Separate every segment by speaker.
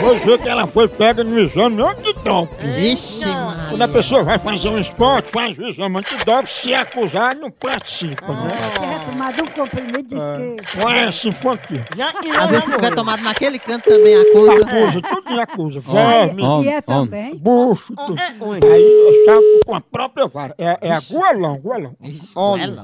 Speaker 1: vou dizer que ela foi pega no exame antidoping.
Speaker 2: Vixe,
Speaker 1: Quando a pessoa vai fazer um esporte, faz o exame antidoping, se acusar, não participa, né?
Speaker 3: Tinha
Speaker 2: Ah.
Speaker 3: tomado um comprimido de esquerda.
Speaker 1: Com essa infantil.
Speaker 2: Às vezes se tiver tomado naquele canto também a coisa.
Speaker 1: Acusa, tudo me acusa. Verme,
Speaker 4: Ó,
Speaker 3: E é
Speaker 4: ó.
Speaker 3: também.
Speaker 1: bucho, tudo. Aí eu salto com a própria vara. É, é a goelão, goelão.
Speaker 2: Ixi, Olha.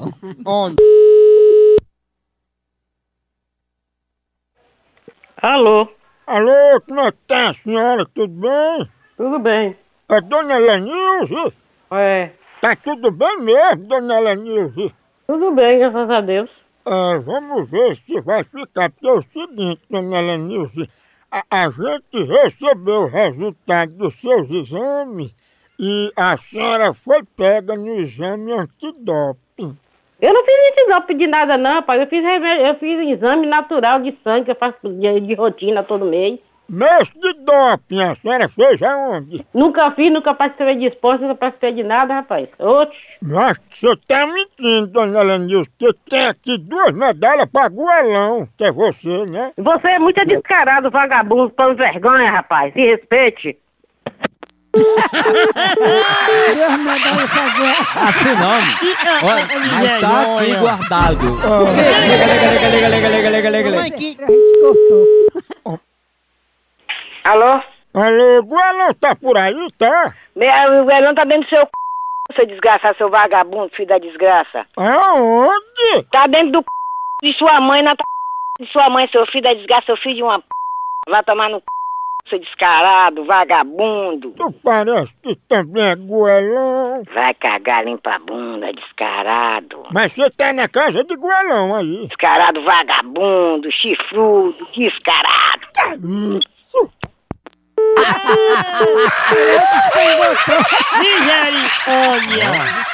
Speaker 5: Alô,
Speaker 1: Alô, como é que tá, senhora? Tudo bem?
Speaker 5: tudo bem?
Speaker 1: É Dona Lenilze?
Speaker 5: É,
Speaker 1: Tá tudo bem mesmo, Dona Lenilze?
Speaker 5: tudo bem, graças a Deus.
Speaker 1: É, vamos ver se vai ficar, porque é o seguinte, dona Lenilce, a, a gente recebeu o resultado dos seus exames e a senhora foi pega no exame antidoping.
Speaker 5: Eu não fiz esse não pedir nada não, rapaz. Eu fiz, reve- eu fiz exame natural de sangue que eu faço de, de rotina todo mês.
Speaker 1: Mês de doping, a senhora fez aonde?
Speaker 5: Nunca fiz, nunca participei de esporte, nunca participei de nada, rapaz. Oxe,
Speaker 1: Eu acho que você tá mentindo, dona Lenilce, que tem aqui duas medalhas pra Goelão, que é você, né?
Speaker 5: você é muito descarado, vagabundo, pão vergonha, rapaz. Se respeite.
Speaker 3: Deus mandou eu fazer.
Speaker 4: Assim não, mano. Olha, mas tá aqui guardado. Liga, liga, liga, liga, liga, liga, liga.
Speaker 2: Mãe, que...
Speaker 3: A gente cortou.
Speaker 5: Alô?
Speaker 1: Alô, Goelão tá por aí, tá?
Speaker 5: O Elão tá dentro do seu c... seu desgraçado, seu vagabundo, filho da desgraça.
Speaker 1: Aonde?
Speaker 5: Tá dentro do c... de sua mãe, na t... de sua mãe, seu filho da desgraça, seu filho de uma p... Vai tomar no c... seu descarado, vagabundo.
Speaker 1: Tu parece que também é goelão.
Speaker 5: Vai cagar, limpa a bunda, descarado.
Speaker 1: Mas você tá na casa de goelão aí.
Speaker 5: Descarado, vagabundo, chifrudo, descarado.
Speaker 6: Misericórdia!